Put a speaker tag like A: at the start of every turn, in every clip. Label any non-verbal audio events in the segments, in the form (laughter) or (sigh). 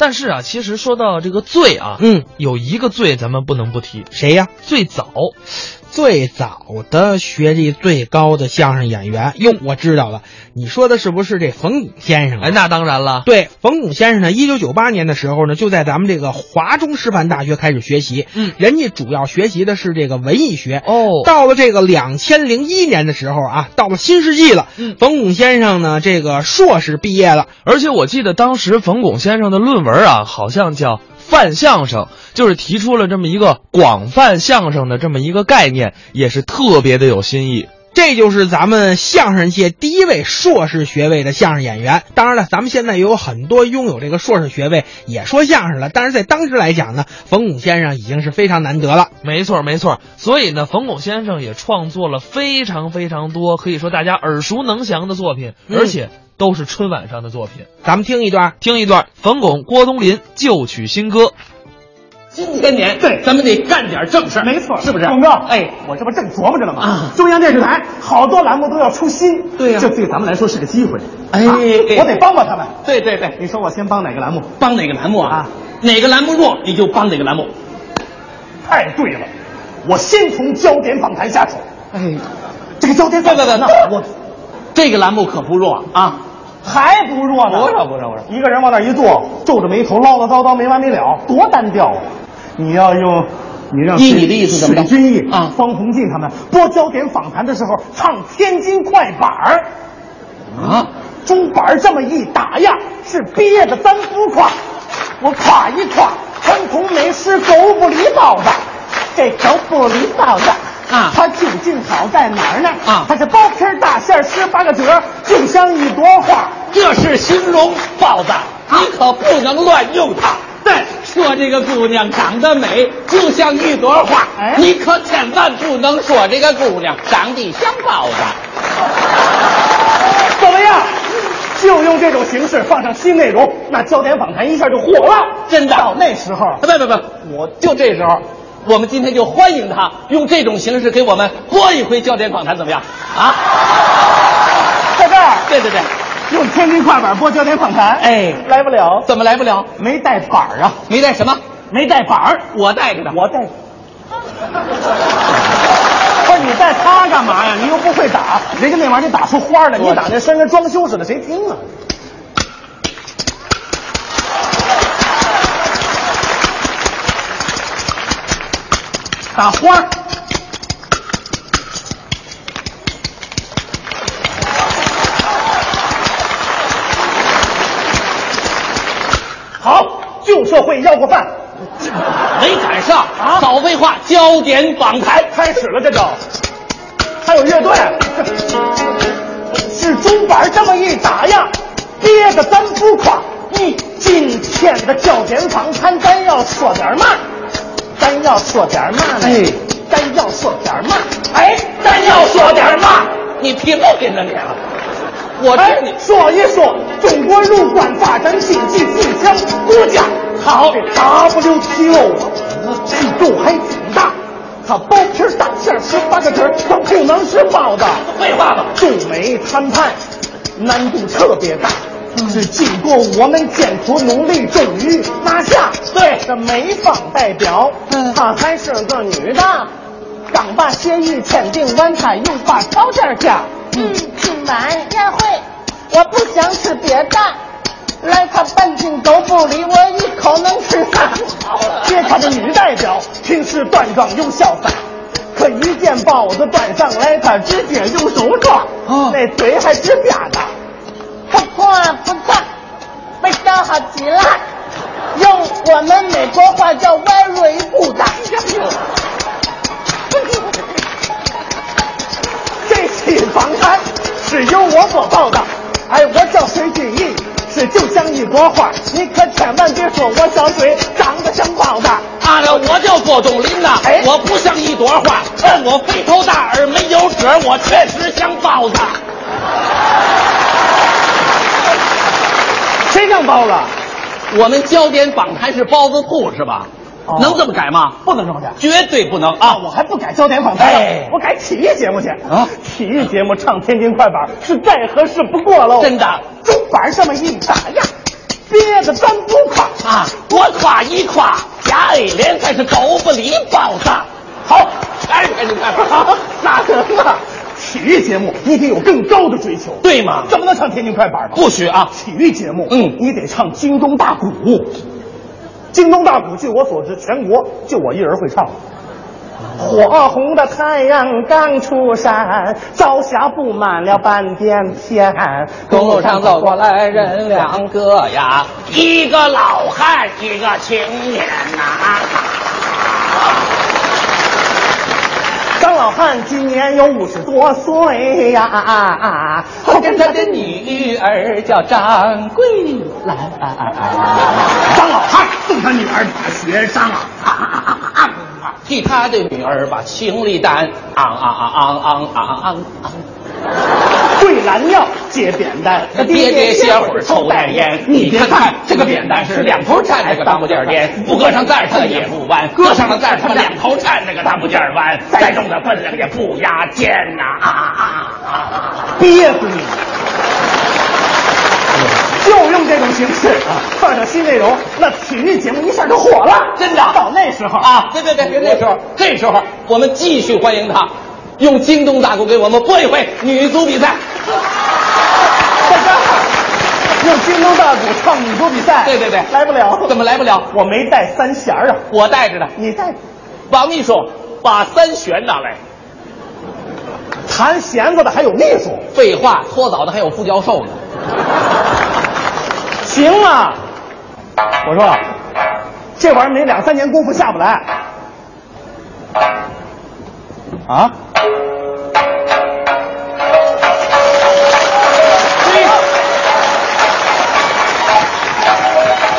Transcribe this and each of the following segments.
A: 但是啊，其实说到这个罪啊，
B: 嗯，
A: 有一个罪咱们不能不提，
B: 谁呀？
A: 最早，
B: 最早的学历最高的相声演员。哟，我知道了，你说的是不是这冯巩先生
A: 嗯
B: 啊？
A: 哎，那当然了，
B: 对，冯巩先生呢，一九九八年的时候呢，就在咱们这个华中师范大学开始学习。
A: 嗯
B: 人家主要学习的是这个文艺学。
A: 哦
B: 到了这个两千零一年的时候啊，到了新世纪了，
A: 嗯
B: 冯巩先生呢，这个硕士毕业了。
A: 而且我记得当时冯巩先生的论文啊，好像叫《泛相声》，就是提出了这么一个广泛相声的这么一个概念，也是特别的有新意。
B: 这就是咱们相声界第一位硕士学位的相声演员。当然了，咱们现在也有很多拥有这个硕士学位也说相声了，但是在当时来讲呢，冯巩先生已经是非常难得了。
A: 没错，没错。所以呢，冯巩先生也创作了非常非常多，可以说大家耳熟能详的作品，
B: 嗯
A: 而且都是春晚上的作品。
B: 咱们听一段。
A: 听一段冯巩、郭冬临旧曲新歌。
C: 今天年，
D: 对
C: 咱们得干点正事儿，
D: 没错，
C: 是不是？
D: 广告，
C: 哎，
D: 我这不正琢磨着呢吗？
C: 啊
D: 中央电视台好多栏目都要出新，
C: 对呀
D: 这对咱们来说是个机会。
C: 哎
D: 啊
C: 哎
D: 我得帮帮他们。
C: 对对对，
D: 你说我先帮哪个栏目？
C: 帮哪个栏目
D: 啊
C: 啊？哪个栏目弱，你就帮哪个栏目。
D: 太对了，我先从焦点访谈下手。
C: 哎，
D: 这个焦点
C: 不
D: 访
C: 不不，
D: 谈呢
C: 那，我这个栏目可不弱啊。
D: 还不弱呢。
C: 不是不是不是
D: 一个人往那儿一坐，皱着眉头唠唠叨叨没完没了，多单调啊！你要用。你让
C: 依你的意思怎么着
D: 水军毅
C: 啊
D: 方鸿渐他们播焦点访谈的时候唱天津快板儿，
C: 啊，
D: 竹板儿这么一打呀，是憋得咱不垮，我垮一垮，传统美食狗不理包子，这狗不理包子。
C: 啊
D: 它究竟好在哪儿呢？
C: 啊
D: 它是包皮儿大馅儿十八个褶儿，就像一朵花。啊
C: 这是形容包子，你可不能乱用它。对，说这个姑娘长得美，就像一朵花，
D: 哎
C: 你可千万不能说这个姑娘长得像包子。
D: 怎么样？就用这种形式放上新内容，那焦点访谈一下就火了。
C: 真的
D: 到那时候，
C: 不不不，我就这时候，我们今天就欢迎他用这种形式给我们播一回焦点访谈，怎么样？啊，
D: 在这儿
C: 对对对，
D: 用天津快板播焦点访谈，
C: 哎
D: 来不了，
C: 怎么来不了？
D: 没带板儿啊，
C: 没带什么？
D: 没带板儿，
C: 我带着呢。
D: 我带。不是你带它干嘛呀？你又不会打，人家那玩意儿得打出花来，你打那声跟装修似的，谁听啊？打花儿好，旧社会要过饭，
C: 没赶上
D: 啊
C: 少废话，焦点访谈。
D: 开始了这就，还有乐队，是钟板这么一打呀，憋得咱不垮。你今天的焦点访谈，咱要说点嘛？咱要说点嘛呢？
C: 哎，
D: 咱要说点嘛？哎，咱要说点嘛？
C: 你贫不贫呢你？啊我
D: 哎
C: 这你，
D: 说一说中国陆冠发展经济最强国家。
C: 好
D: 这 WTO 啊，这肉还挺大，它包皮儿大馅儿十八个褶儿，它不能是包的。
C: 废话吧。
D: 中美谈判难度特别大，
C: 嗯
D: 是经过我们艰苦努力，终于拿下。对，这美方代表，
C: 嗯
D: 她还是个女的，刚把协议签订完，她又把条件加。
E: 嗯，今晚宴会，我不想吃别的。来他半斤狗不理，我一口能吃仨。
D: 接他的女代表，平时端庄又潇洒，可一见豹子端上来，他直接用手抓，
C: 哦
D: 那嘴还直吧嗒。
E: 不破不烫，味道好极了。用我们美国话叫 very good。
D: 这期访谈是由我所报的。哎，我叫水俊义，是就像一朵花，你可千万别说我小水长得像豹子。
C: 啊，我叫郭冬临呐
D: 哎，
C: 我不像一朵花，但我肥头大耳没有褶，我确实像包子。
D: 谁像包子？
C: 我们焦点访谈是包子铺是吧
D: 哦？
C: 能这么改吗？
D: 不能这么讲。
C: 绝对不能啊！
D: 我还不改焦点访谈了，
C: 哎
D: 我改体育节目去
C: 啊
D: 体育节目唱天津快板是再合适不过喽，
C: 真的
D: 钟板这么一打呀，憋得咱不垮。
C: 啊，我夸一夸，贾爱莲才是狗不理包子。
D: 好，哎哎，你看，好，那什么，体育节目你得有更高的追求，
C: 对吗
D: 怎么能唱天津快板吧？
C: 不许啊！
D: 体育节目，
C: 嗯
D: 你得唱京东大鼓。京东大鼓，据我所知，全国就我一人会唱。
E: 火红的太阳刚出山，朝霞布满了半边天。
C: 公路上走过来人两个呀，一个老汉，一个青年呐、
E: 张老汉今年有五十多岁呀、啊，
C: 后边他的女儿叫张桂兰。
D: 张老汉送他女儿打学上了。
C: 替他的女儿把情力担，昂昂昂昂昂昂昂昂，
D: 桂兰尿接扁担，
C: 爹爹歇会儿抽袋烟。你看看这个扁担是两头站着个当不儿颠，不搁上袋儿它也不弯，搁上了袋儿它两头站着个当不儿弯，再重的分量也不压肩呐、啊啊啊啊！
D: 憋死你！就用这种形式换上新内容，那体育节目一下就火了，
C: 真的
D: 到那时候
C: 啊，对对对，别那时候，这时候我们继续欢迎他，用京东大鼓给我们播一回女足比赛。
D: 大家 (laughs) 用京东大鼓唱女足比赛，
C: 对对对，
D: 来不了，
C: 怎么来不了？
D: 我没带三弦儿啊，
C: 我带着呢。
D: 你带
C: 王秘书，把三弦拿来。
D: 弹弦子的还有秘书，
C: 废话，搓澡的还有副教授呢。
D: 行啊。我说，这玩意儿没两三年功夫下不来。啊？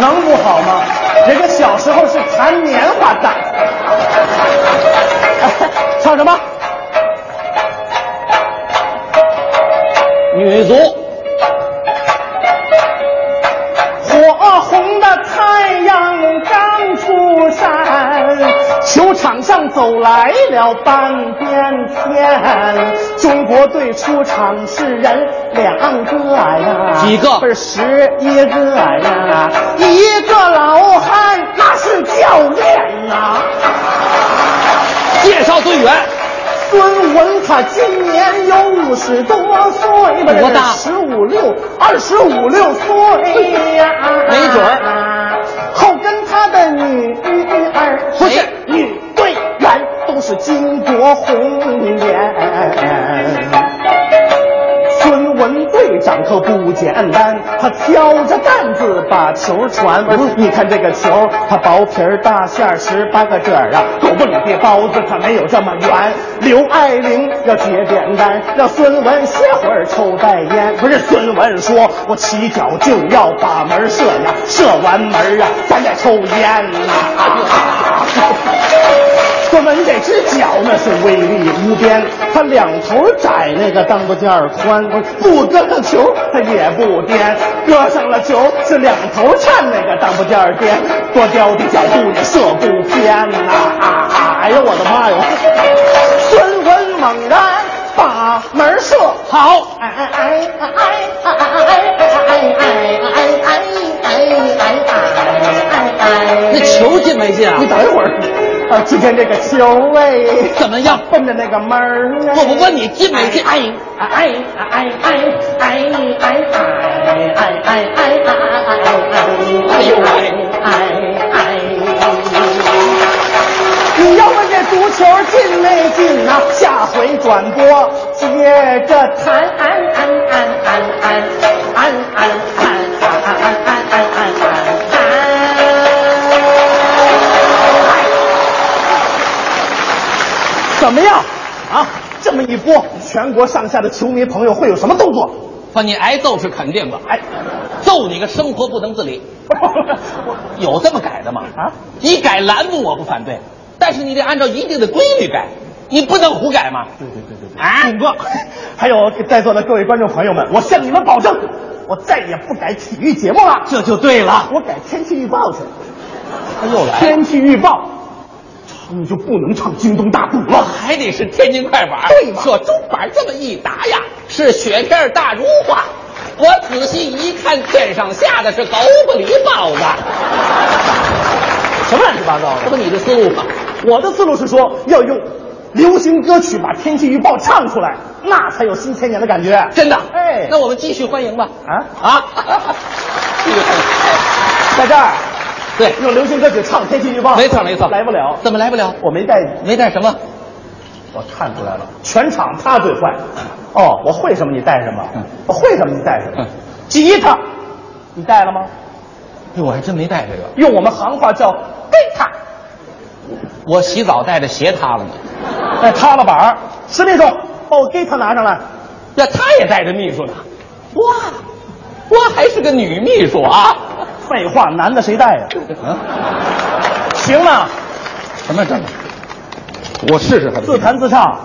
D: 能不好吗？人家小时候是弹棉花的。唱什么？
C: 女足，
D: 火红的太阳刚出山，球场上走来了半边天。中国队出场是人两个呀，
C: 几个
D: 不是十一个呀，一个老汉那是教练呐、
C: 介绍队员，
D: 孙文他今年有五十多岁，
C: 多大
D: 十五六，二十五六岁呀、
C: 没准
D: 儿。后跟他的女儿，
C: 不是
D: 女队员，都是巾帼红颜。孙文队长可不简单，他挑着担子把球传。你看这个球，它薄皮儿大馅儿十八个褶儿啊，狗不理的包子可没有这么圆。刘爱玲要接扁担，让孙文歇会儿抽袋烟。不是孙文说，我起脚就要把门射呀，射完门啊，咱再抽烟呐、说文这只脚那是威力无边，他两头窄，那个裆部尖儿宽，不搁上球他也不颠，搁上了球是两头颤，那个裆部尖儿颠，多刁的脚步也射不偏呐、哎呀，我的妈呀！孙文猛然把门射，好，
E: 哎哎哎哎哎哎哎哎哎哎哎
C: 那球进没进啊
D: 你？等一会儿，啊，今天这个球哎，
C: 怎么样？
D: 奔着那个门儿哎
C: 我不问你进没进，哎，
D: 你要问这足球进没进呐、下回转播接着谈。怎么样啊？这么一播，全国上下的球迷朋友会有什么动作？
C: 把你挨揍是肯定的，
D: 哎，
C: 揍你个生活不能自
D: (laughs)
C: 理，有这么改的吗？
D: 啊，
C: 你改栏目我不反对，但是你得按照一定的规律改，你不能胡改嘛。对对对对对。啊，
D: 顶哥， (laughs) 还有在座的各位观众朋友们，我向你们保证，我再也不改体育节目了，
C: 这就对了。
D: 啊我改天气预报去了。
C: 他又来了，
D: 天气预报，你就不能唱京东大鼓了。
C: 还得是天津快板，
D: 对嘛
C: 这竹板这么一打呀，是雪片大如画。我仔细一看，天上下的是狗不理包子，
D: 什么乱七八糟
C: 这
D: 的？
C: 不你的思路吗？
D: 我的思路是说，要用流行歌曲把天气预报唱出来，那才有新千年的感觉。
C: 真的？
D: 哎
C: 那我们继续欢迎吧。
D: 啊
C: 啊，继续欢迎。
D: (laughs) 在这儿
C: 对，
D: 用流行歌曲唱天气预报，
C: 没错没错，
D: 来不了，
C: 怎么来不了？
D: 我没带你。
C: 没带什么？
D: 我看出来了，全场他最坏。哦，我会什么你带什么，我会什么你带什么
C: 嗯。
D: 吉他，你带了吗？
C: 哎，我还真没带这个。
D: 用我们行话叫贝塔，
C: 我洗澡带着鞋塌了呢。
D: 哎，塌了板儿。石秘书，把我哦吉他拿上来。
C: 呀，他也带着秘书呢。哇，我还是个女秘书啊。
D: 废话，男的谁带呀？啊行了，
C: 什么什么？我试试还
D: 自弹自唱。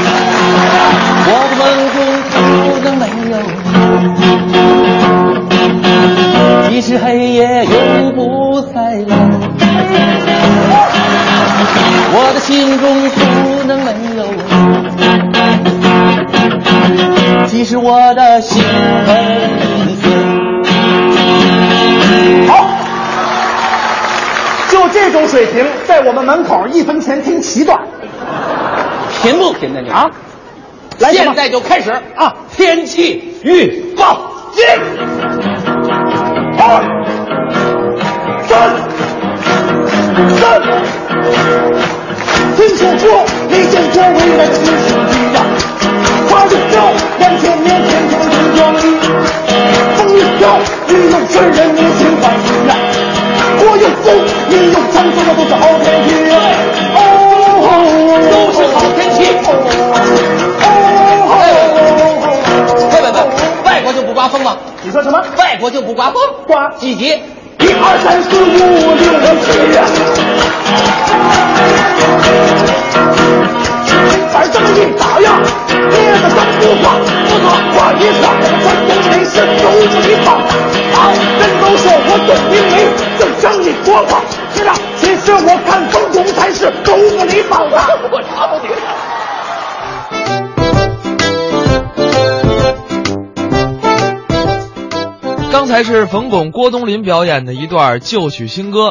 C: 我梦中看到没有？即使黑夜永不再来，我的心中不能没有。即使我的心儿已碎。
D: 好，就这种水平，在我们门口一分钱听七段。
C: 贫不贫呢你
D: 啊？来什么
C: 现在就开始
D: 啊！
C: 天气预报，
D: 一、二、三、三，听说过，你见过未来的英雄一样，花就飘，万千年前途灵光，风一飘，雨又吹人无情反无奈，我又走，你又唱，走的都是好天气，哦，
C: 都是好天气。
D: 哦，
C: 喂喂喂，外国就不刮风吗？
D: 你说什么？
C: 外国就不刮风？
D: 刮
C: 几级？
D: 一二三四五六七呀，反正一打呀，捏着三不画，不画画一画，传统美食有一套。啊，人都说我懂英没，就像你说吧。是啊，其实我看风中才是狗不理包子。我操你！
A: 刚才是冯巩、郭冬临表演的一段旧曲新歌，